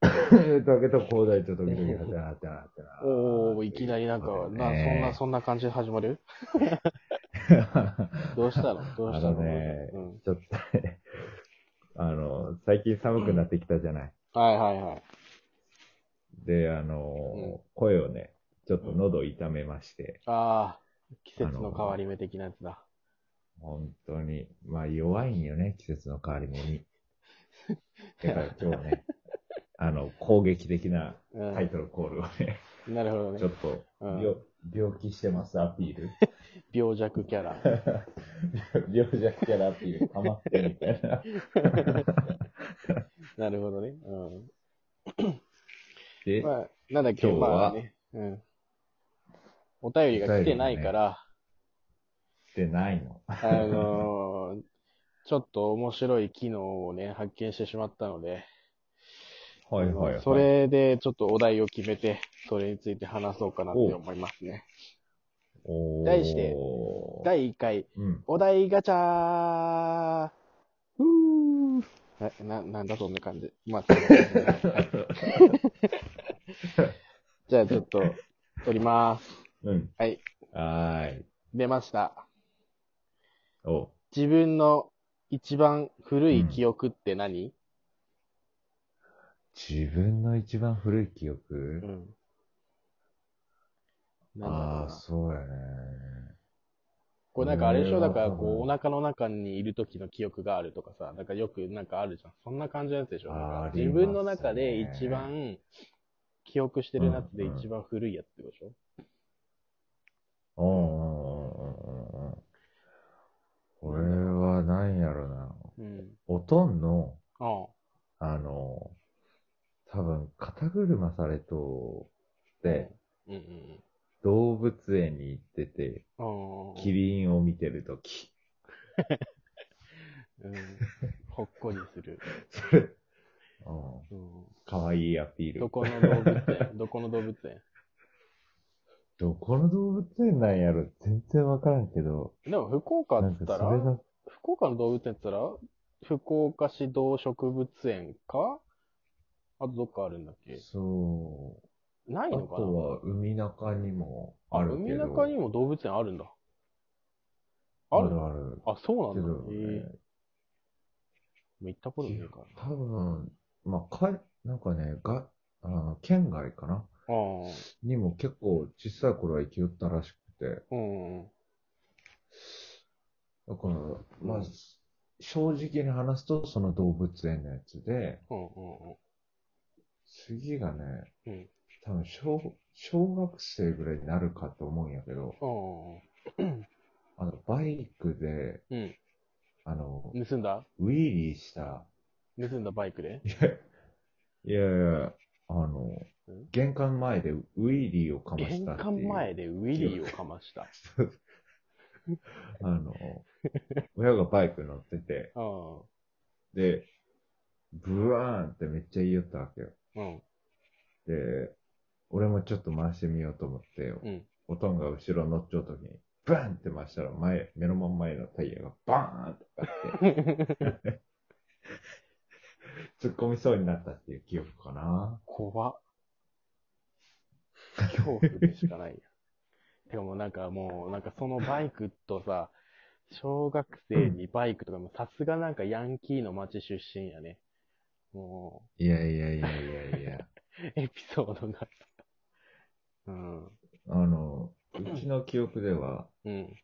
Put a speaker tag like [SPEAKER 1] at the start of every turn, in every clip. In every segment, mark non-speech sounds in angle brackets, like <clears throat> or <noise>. [SPEAKER 1] えっと、開けたら広大と時々、はたらはたらはたら。
[SPEAKER 2] おー、いきなりなんか、な、そんな、そんな感じで始
[SPEAKER 1] <laughs>
[SPEAKER 2] まるどうしたのどうし
[SPEAKER 1] あ
[SPEAKER 2] たの
[SPEAKER 1] のね
[SPEAKER 2] うん。
[SPEAKER 1] <laughs> ちょっとね、あの、最近寒くなってきたじゃない。
[SPEAKER 2] はいはいはい。
[SPEAKER 1] で、あの、声をね、ちょっと喉痛めまして、
[SPEAKER 2] ああ、季節の変わり目的なやつだ。
[SPEAKER 1] 本当に、まあ弱いんよね、季節の変わり目
[SPEAKER 2] <laughs>
[SPEAKER 1] に。だから今日ね、あの、攻撃的な
[SPEAKER 2] うん
[SPEAKER 1] タイトルコールをね、
[SPEAKER 2] なるほどね
[SPEAKER 1] ちょ。っと、
[SPEAKER 2] うん
[SPEAKER 1] 病病気してますアピール。 <laughs>
[SPEAKER 2] 病弱キャラ。
[SPEAKER 1] 病弱キャラアピール、溜まってるみたいな。
[SPEAKER 2] なるほどね。うん。
[SPEAKER 1] で、
[SPEAKER 2] まあ、なんだっけ、
[SPEAKER 1] 今日は
[SPEAKER 2] まあね。うん。お便りが来てないから、
[SPEAKER 1] してないの。
[SPEAKER 2] あのーちょっと面白い機能をね、発見してしまったので、
[SPEAKER 1] はいはい
[SPEAKER 2] あ
[SPEAKER 1] は
[SPEAKER 2] の
[SPEAKER 1] い。
[SPEAKER 2] それでちょっとお題を決めて、それについて話そうかなって思いますね。
[SPEAKER 1] おー、
[SPEAKER 2] 題して第1回、
[SPEAKER 1] うん。
[SPEAKER 2] お題ガチャーふーな、な、なんだそんな感じ。 <laughs> まあ、じゃあちょっと、撮ります。
[SPEAKER 1] うん。
[SPEAKER 2] はい。
[SPEAKER 1] はーい。
[SPEAKER 2] 出ました。
[SPEAKER 1] お
[SPEAKER 2] 自分の一番古い記憶って何、
[SPEAKER 1] 自分の一番古い記憶、
[SPEAKER 2] うん、なんだろう
[SPEAKER 1] ああ、
[SPEAKER 2] な
[SPEAKER 1] そうやね。
[SPEAKER 2] これなんかあれでしょ
[SPEAKER 1] うん
[SPEAKER 2] だから、こう、お腹の中にいる時の記憶があるとかさ、なんかよくなんかあるじゃん。そんな感じのやつでしょ
[SPEAKER 1] あり
[SPEAKER 2] 自
[SPEAKER 1] ますね
[SPEAKER 2] 分の中で一番、記憶してるやつで
[SPEAKER 1] うんうん
[SPEAKER 2] 一番古いやつってことでしょ、
[SPEAKER 1] うんうんうんうんうん。これは何やろな。
[SPEAKER 2] うん。
[SPEAKER 1] おとんの、
[SPEAKER 2] あ
[SPEAKER 1] あの、多分、肩車されとっ
[SPEAKER 2] あ。
[SPEAKER 1] て、
[SPEAKER 2] うんうん
[SPEAKER 1] 動物園に行ってて、
[SPEAKER 2] うん。ああ
[SPEAKER 1] キリンを見てるとき。
[SPEAKER 2] うん。ほっこりする。
[SPEAKER 1] それ、うん、
[SPEAKER 2] うん
[SPEAKER 1] かわいいアピール。
[SPEAKER 2] どこの動物
[SPEAKER 1] <laughs>
[SPEAKER 2] 園どこの動物園
[SPEAKER 1] どこの動物園なんやろ全然わからんけど。
[SPEAKER 2] でも、福岡
[SPEAKER 1] な
[SPEAKER 2] っ
[SPEAKER 1] ん
[SPEAKER 2] つ
[SPEAKER 1] か
[SPEAKER 2] った
[SPEAKER 1] それ
[SPEAKER 2] ら、
[SPEAKER 1] が、
[SPEAKER 2] 福岡の動物園っつったら、福岡市動植物園かあとどっかあるんだっけ
[SPEAKER 1] そう。
[SPEAKER 2] ない
[SPEAKER 1] あ
[SPEAKER 2] のかな
[SPEAKER 1] とは、海中にもあるけど。
[SPEAKER 2] 海中にも動物園あるんだ。あ
[SPEAKER 1] あ
[SPEAKER 2] る
[SPEAKER 1] るある。
[SPEAKER 2] あ、そう
[SPEAKER 1] け
[SPEAKER 2] なんだ。
[SPEAKER 1] ど、
[SPEAKER 2] へえ
[SPEAKER 1] ね、
[SPEAKER 2] もう行ったことないから。
[SPEAKER 1] 多分、まあ、かい、なんかね、が、あの県外かな
[SPEAKER 2] ああ。
[SPEAKER 1] にも結構小さい頃は行きよったらしくて。
[SPEAKER 2] うん。
[SPEAKER 1] だから、まあ、正直に話すと、その動物園のやつで、
[SPEAKER 2] うんうん
[SPEAKER 1] 次がね、
[SPEAKER 2] うん
[SPEAKER 1] 多分小、小学生ぐらいになるかと思うんやけど、
[SPEAKER 2] うん。
[SPEAKER 1] あの、バイクで、
[SPEAKER 2] うん。
[SPEAKER 1] あの、
[SPEAKER 2] うん。盗んだ
[SPEAKER 1] ウィーリーした、
[SPEAKER 2] 盗んだバイクで
[SPEAKER 1] いや、いやいや、あの
[SPEAKER 2] うん、
[SPEAKER 1] 玄関前でウィーリーをかまし
[SPEAKER 2] 玄
[SPEAKER 1] たっていう。
[SPEAKER 2] 関前でウィリーをかました。
[SPEAKER 1] <laughs> あの、親がバイク乗ってて、
[SPEAKER 2] うん。
[SPEAKER 1] で、ブワーンってめっちゃ言いよったわけよ。
[SPEAKER 2] うん。
[SPEAKER 1] で、俺もちょっと回してみようと思って、
[SPEAKER 2] うん。
[SPEAKER 1] おとんが後ろ乗っちゃうときに、バーンって回したら前、目の真ん前のタイヤがバーンって <laughs> 突っ込みそうになったっていう記憶かな。
[SPEAKER 2] 怖っ。恐怖でし
[SPEAKER 1] <laughs>
[SPEAKER 2] かないや。てかもうなんかもう、なんかそのバイクとさ、小学生にバイクとかもさすがなんかヤンキーの町出身やね。も
[SPEAKER 1] いやいやいやいやいや。
[SPEAKER 2] う、エピソードが。うん。
[SPEAKER 1] あの、うちの記憶では、
[SPEAKER 2] うん。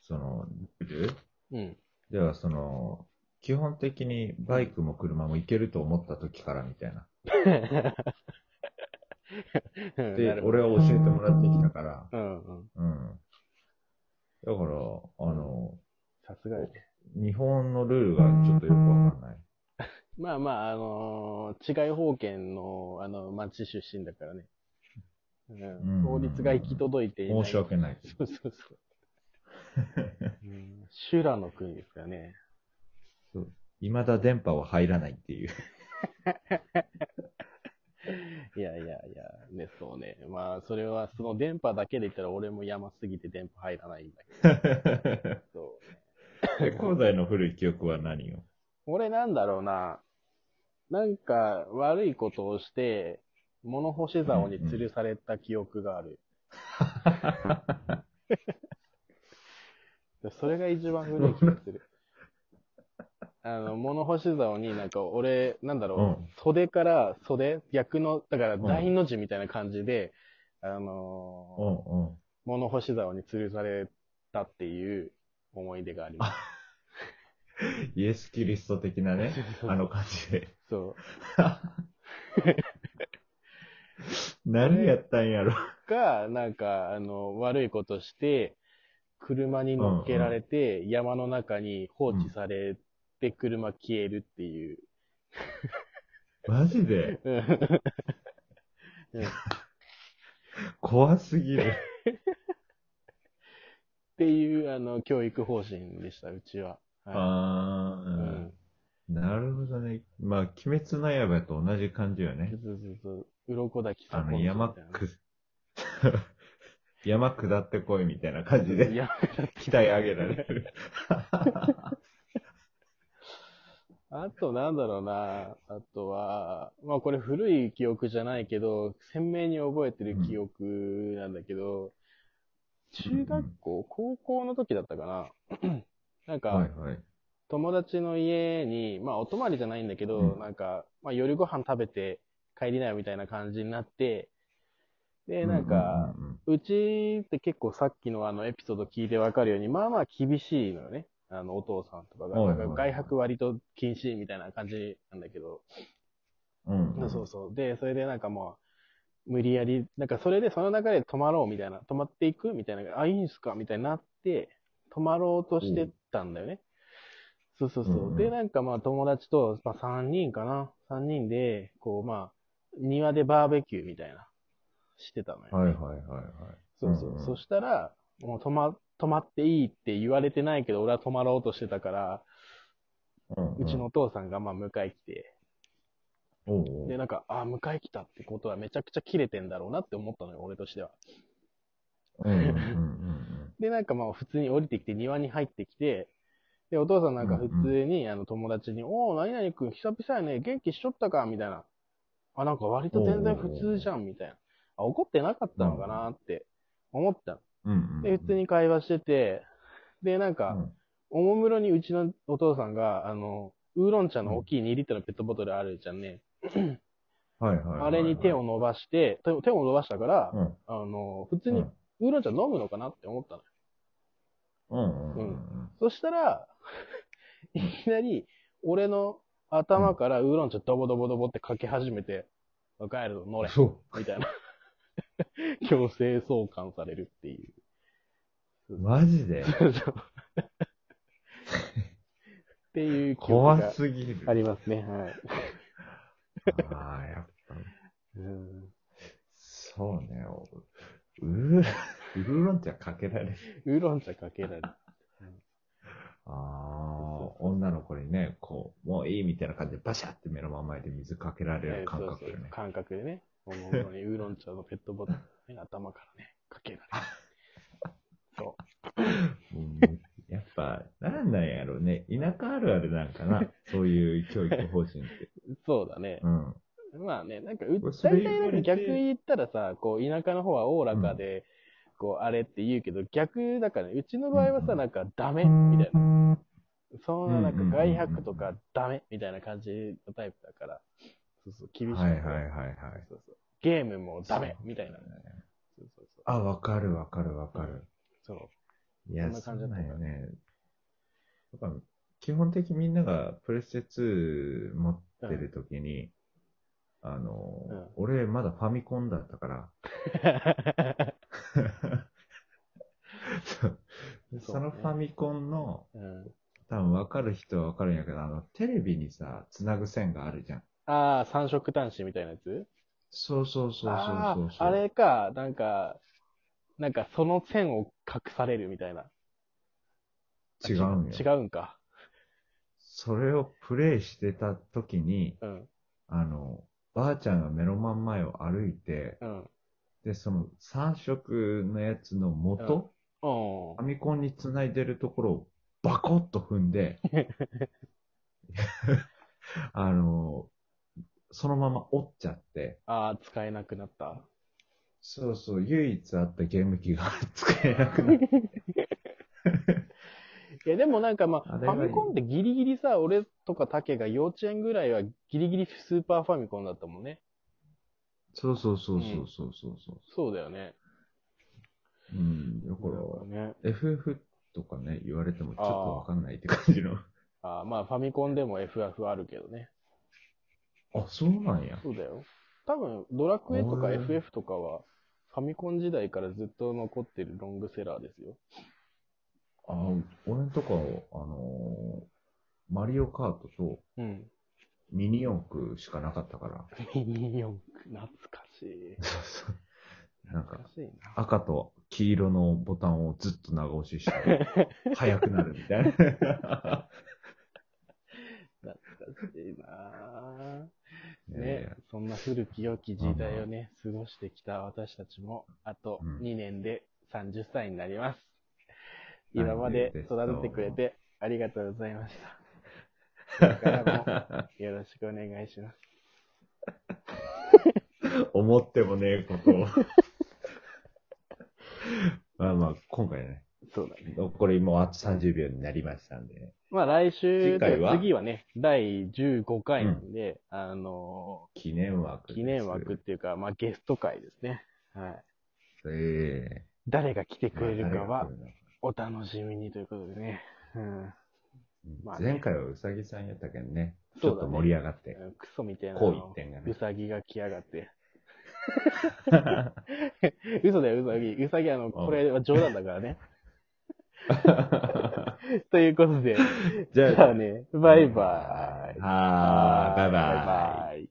[SPEAKER 1] その、ルール
[SPEAKER 2] うん。
[SPEAKER 1] では、その、基本的にバイクも車も行けると思った時からみたいな。
[SPEAKER 2] な
[SPEAKER 1] で
[SPEAKER 2] る、ほ
[SPEAKER 1] 俺
[SPEAKER 2] ど
[SPEAKER 1] は教えてもらってきたから、
[SPEAKER 2] うんうん。
[SPEAKER 1] うん。だから、あの、
[SPEAKER 2] さすがやね。
[SPEAKER 1] 日本のルールがちょっとよくわかんない。
[SPEAKER 2] まあまあ、あのー、違い方権の、あの、町出身だからね。うん。
[SPEAKER 1] うん
[SPEAKER 2] 法律が行き届いていない。
[SPEAKER 1] 申し訳ない。
[SPEAKER 2] そうそうそう。うん、修羅の国ですからね。
[SPEAKER 1] 未だ電波は入らないって
[SPEAKER 2] <laughs>
[SPEAKER 1] いう。
[SPEAKER 2] いやいやいや、ね、そうね。まあ、それは、その電波だけで言ったら俺も山すぎて電波入らないんだけど。 <laughs>
[SPEAKER 1] え、高台の古い記憶は何よ
[SPEAKER 2] 俺なんだろうな。なんか悪いことをして、物干し竿に吊るされた記憶がある。それが一番古い気が
[SPEAKER 1] <laughs>
[SPEAKER 2] する。あの、物干し竿になんか俺、なんだろう、
[SPEAKER 1] うん
[SPEAKER 2] 袖から袖、逆の、だから
[SPEAKER 1] ん
[SPEAKER 2] 大の字みたいな感じで、あのー
[SPEAKER 1] うんうん。
[SPEAKER 2] 物干し竿に吊るされたっていう思い出があります。
[SPEAKER 1] イエス・キリスト的なね、あの感じで。
[SPEAKER 2] <laughs> そう。
[SPEAKER 1] 何やったんやろ。
[SPEAKER 2] が、なんか、あの、悪いことして、車に乗っけられて、山の中に放置されて、車消えるっていう。 <laughs>
[SPEAKER 1] マジで
[SPEAKER 2] うん
[SPEAKER 1] 怖すぎる。
[SPEAKER 2] っていう、あの、教育方針でした、うちは。は
[SPEAKER 1] あ
[SPEAKER 2] い。う
[SPEAKER 1] ー
[SPEAKER 2] ん。
[SPEAKER 1] なるほどね。まあ、鬼滅の刃と同じ感じよね
[SPEAKER 2] そう。そうそう。鱗だけ
[SPEAKER 1] あの、山
[SPEAKER 2] いな
[SPEAKER 1] く、 <laughs> 山下ってこいみたいな感じで、
[SPEAKER 2] <laughs> 山
[SPEAKER 1] <laughs> 期待上げられる。
[SPEAKER 2] あと、なんだろうな。あとは、まあこれ古い記憶じゃないけど、鮮明に覚えてる記憶なんだけど、中学校、高校の時だったかな。 <clears throat> なんか、
[SPEAKER 1] はいはい。
[SPEAKER 2] 友達の家に、まあお泊まりじゃないんだけど、
[SPEAKER 1] うん
[SPEAKER 2] なんか、まあ夜ご飯食べて帰りなよみたいな感じになって、で、なんか、
[SPEAKER 1] うんうん
[SPEAKER 2] うちって結構さっきのあのエピソード聞いてわかるように、まあまあ厳しいのよね。あの、お父さんとかが。
[SPEAKER 1] はいはいは
[SPEAKER 2] なん
[SPEAKER 1] い
[SPEAKER 2] か外泊割と禁止みたいな感じなんだけど。
[SPEAKER 1] うんうん。
[SPEAKER 2] そうそう。で、それでなんかまあ、無理やり、なんかそれでその中で泊まろうみたいな、泊まっていくみたいな、あ、いいんすかみたいになって、泊まろうとしてたんだよね。そうそうそう。
[SPEAKER 1] うんうん
[SPEAKER 2] で、なんかまあ友達と、まあ3人かな。3人で、こうまあ、庭でバーベキューみたいな、してたのよ。
[SPEAKER 1] はいはいはいはい。
[SPEAKER 2] そうそう。
[SPEAKER 1] うんうん
[SPEAKER 2] そしたら、もう止ま、止まっていいって言われてないけど、俺は止まろうとしてたから、
[SPEAKER 1] うん
[SPEAKER 2] うちのお父さんがまあ迎え来て、
[SPEAKER 1] おうおう
[SPEAKER 2] で、なんか、ああ、迎え来たってことはめちゃくちゃ切れてんだろうなって思ったのよ、俺としては。
[SPEAKER 1] うんうんうんうん
[SPEAKER 2] で、なんかまあ普通に降りてきて庭に入ってきて、で、お父さんなんか普通にあの友達に、おお、何々くん久々やね、元気しとったかみたいな。あ、なんか割と全然普通じゃん、みたいな。あ、怒ってなかったのかなって思ったの。
[SPEAKER 1] うんうん。
[SPEAKER 2] で、普通に会話してて、で、なんか、
[SPEAKER 1] うん
[SPEAKER 2] おもむろにうちのお父さんが、あの、ウーロン茶の大きい2リットルのペットボトルあるじゃんね。
[SPEAKER 1] はいはいはいはい。
[SPEAKER 2] あれに手を伸ばして、手を手を伸ばしたから、
[SPEAKER 1] うん、
[SPEAKER 2] あの、普通
[SPEAKER 1] うん、
[SPEAKER 2] にウーロン茶飲むのかなって思ったの。
[SPEAKER 1] うんうんうん
[SPEAKER 2] そしたら、 <laughs> いきなり、俺の頭からウーロン茶ドボドボドボってかけ始めて、帰るぞ、乗
[SPEAKER 1] うん。
[SPEAKER 2] れ、
[SPEAKER 1] そ
[SPEAKER 2] みたいな。 <laughs> 強制送還されるっていう。
[SPEAKER 1] う。マジで
[SPEAKER 2] <laughs> っていう記憶
[SPEAKER 1] 怖
[SPEAKER 2] が
[SPEAKER 1] すぎる。
[SPEAKER 2] ありますね。はい。
[SPEAKER 1] ああ、やっぱ、
[SPEAKER 2] うん
[SPEAKER 1] そうね。うー、ウーロン茶かけられる。
[SPEAKER 2] ウーロン茶かけら
[SPEAKER 1] <laughs>
[SPEAKER 2] れる。
[SPEAKER 1] ああ、女の子にね、こう、もういいみたいな感じでバシャって目の真ん前で水かけられる感覚
[SPEAKER 2] そう
[SPEAKER 1] よ
[SPEAKER 2] そう
[SPEAKER 1] ね。
[SPEAKER 2] 感覚でね。おもむろにウーロン茶のペットボトル、
[SPEAKER 1] <laughs>
[SPEAKER 2] ね、頭からね、かけられる。
[SPEAKER 1] うんやっぱ、なんなんやろうね。田舎あるあるなんか
[SPEAKER 2] <laughs>
[SPEAKER 1] な。そういう教育方針って。
[SPEAKER 2] そうだね
[SPEAKER 1] う。ん。
[SPEAKER 2] まあね、なんかう、
[SPEAKER 1] これそれ
[SPEAKER 2] 大体
[SPEAKER 1] 言
[SPEAKER 2] な
[SPEAKER 1] わ
[SPEAKER 2] んか
[SPEAKER 1] れて
[SPEAKER 2] 逆言ったらさ、こう、田舎の方はおおらかで、こう、あれって言うけど、逆だからね、うちの場合は
[SPEAKER 1] うんう
[SPEAKER 2] さ、
[SPEAKER 1] ん
[SPEAKER 2] なんか、ダメみたいな。
[SPEAKER 1] な。
[SPEAKER 2] そんな、なん
[SPEAKER 1] うんうんうん
[SPEAKER 2] か、
[SPEAKER 1] うんうん
[SPEAKER 2] 外泊とか、ダメみたいな感じのタイプだから、そうそう、厳しい。
[SPEAKER 1] はいはいはいはい。
[SPEAKER 2] そうそう。ゲームもダメみたいな。そうそうそう。
[SPEAKER 1] あ、わかるわかるわかる。
[SPEAKER 2] そう。
[SPEAKER 1] <laughs> いや、
[SPEAKER 2] そんな
[SPEAKER 1] そ
[SPEAKER 2] 感じ
[SPEAKER 1] う
[SPEAKER 2] だった
[SPEAKER 1] なんん
[SPEAKER 2] だ
[SPEAKER 1] よね。だから基本的にみんながプレステ2持ってる時に、あの、
[SPEAKER 2] うん
[SPEAKER 1] 俺まだファミコンだったから、 <laughs> そうそのファミコンの、
[SPEAKER 2] うん。
[SPEAKER 1] 多分わかる人はわかるんやけど、あの、テレビにさ、つなぐ線があるじゃん。
[SPEAKER 2] ああ、三色端子みたいなやつ
[SPEAKER 1] そうそうそうそう
[SPEAKER 2] あ
[SPEAKER 1] そう
[SPEAKER 2] あー、あれか、なんか、なんかその線を隠されるみたいな。
[SPEAKER 1] 違うんよ。
[SPEAKER 2] 違うんか。
[SPEAKER 1] それをプレイしてた時に、
[SPEAKER 2] うん、
[SPEAKER 1] あの、ばあちゃんが目の真ん前を歩いて、
[SPEAKER 2] うん。
[SPEAKER 1] で、その3色のやつの元、
[SPEAKER 2] うん
[SPEAKER 1] ファ。ミコンにつないでるところを <laughs> バコッと踏んで、あの、そのまま折っちゃって、
[SPEAKER 2] ああ、使えなくなった。
[SPEAKER 1] そうそう、唯一あったゲーム機が使えなくなって。
[SPEAKER 2] いや、でもなんかまあ、
[SPEAKER 1] あ
[SPEAKER 2] フ
[SPEAKER 1] れは
[SPEAKER 2] ァ
[SPEAKER 1] いい
[SPEAKER 2] ミコンってギリギリさ、俺とかタケが幼稚園ぐらいはギリギリスーパーファミコンだったもんね。
[SPEAKER 1] そうそうそうそうそうそうそ
[SPEAKER 2] そうだよね。
[SPEAKER 1] う。うん、だか
[SPEAKER 2] そうだよね。
[SPEAKER 1] ら、FF とかね、言われてもちょっとわかんないって感じの。
[SPEAKER 2] あーまあ、ファミコンでも FF あるけどね。
[SPEAKER 1] あ、そうなんや。
[SPEAKER 2] そうだよ。多分、ドラクエと
[SPEAKER 1] お
[SPEAKER 2] か
[SPEAKER 1] ー
[SPEAKER 2] FF とかは、ファミコン時代からずっと残ってるロングセラーですよ。
[SPEAKER 1] あ、俺んとかを、あのーマリオカートと
[SPEAKER 2] うん。
[SPEAKER 1] ミニ四駆しかなかったから。
[SPEAKER 2] ミニ四駆、懐かしい。
[SPEAKER 1] そうそう。なんか
[SPEAKER 2] 懐、かしいな。
[SPEAKER 1] 赤と黄色のボタンをずっと長押しした <laughs> ら、速くなるみたいな。
[SPEAKER 2] 懐かしいなぁ
[SPEAKER 1] <laughs> いやい
[SPEAKER 2] ね
[SPEAKER 1] や、
[SPEAKER 2] そんな古き良き時代をね、過ごしてきた私たちも、あと
[SPEAKER 1] うん
[SPEAKER 2] 2年で30歳になります。
[SPEAKER 1] はい
[SPEAKER 2] 今まで育ててくれてありがとうございました。これからもよろしくお願い
[SPEAKER 1] <laughs>
[SPEAKER 2] します。
[SPEAKER 1] 思ってもねえことを。 <laughs> まあまあ、今回ね、
[SPEAKER 2] そうだね。
[SPEAKER 1] これもうあと30秒になりましたんで、
[SPEAKER 2] まあ来週、
[SPEAKER 1] 次回は
[SPEAKER 2] 次はね、第15回なんで、あの
[SPEAKER 1] 記念枠
[SPEAKER 2] ー、
[SPEAKER 1] です。
[SPEAKER 2] 記念枠っていうか、まあゲスト会ですね。はい。
[SPEAKER 1] え
[SPEAKER 2] 誰が来て
[SPEAKER 1] え
[SPEAKER 2] くれるかは
[SPEAKER 1] まあ誰が来、るのか
[SPEAKER 2] お楽しみにということでね。うん。
[SPEAKER 1] うん
[SPEAKER 2] まあね
[SPEAKER 1] 前回はうさぎさんやったけどね、ち
[SPEAKER 2] そうだね
[SPEAKER 1] ょっと盛り上がって、
[SPEAKER 2] クソみたいな
[SPEAKER 1] こう
[SPEAKER 2] の
[SPEAKER 1] 一点が
[SPEAKER 2] う
[SPEAKER 1] ね。
[SPEAKER 2] さぎが来やがって。嘘だよ、うさぎ。うさぎ、あの、これは冗談だか
[SPEAKER 1] <laughs>
[SPEAKER 2] らね。ということで、
[SPEAKER 1] じ
[SPEAKER 2] <laughs> じゃ
[SPEAKER 1] ゃ
[SPEAKER 2] あ
[SPEAKER 1] あ、
[SPEAKER 2] ね、バイバイ。
[SPEAKER 1] はーいバイバイ。
[SPEAKER 2] イ。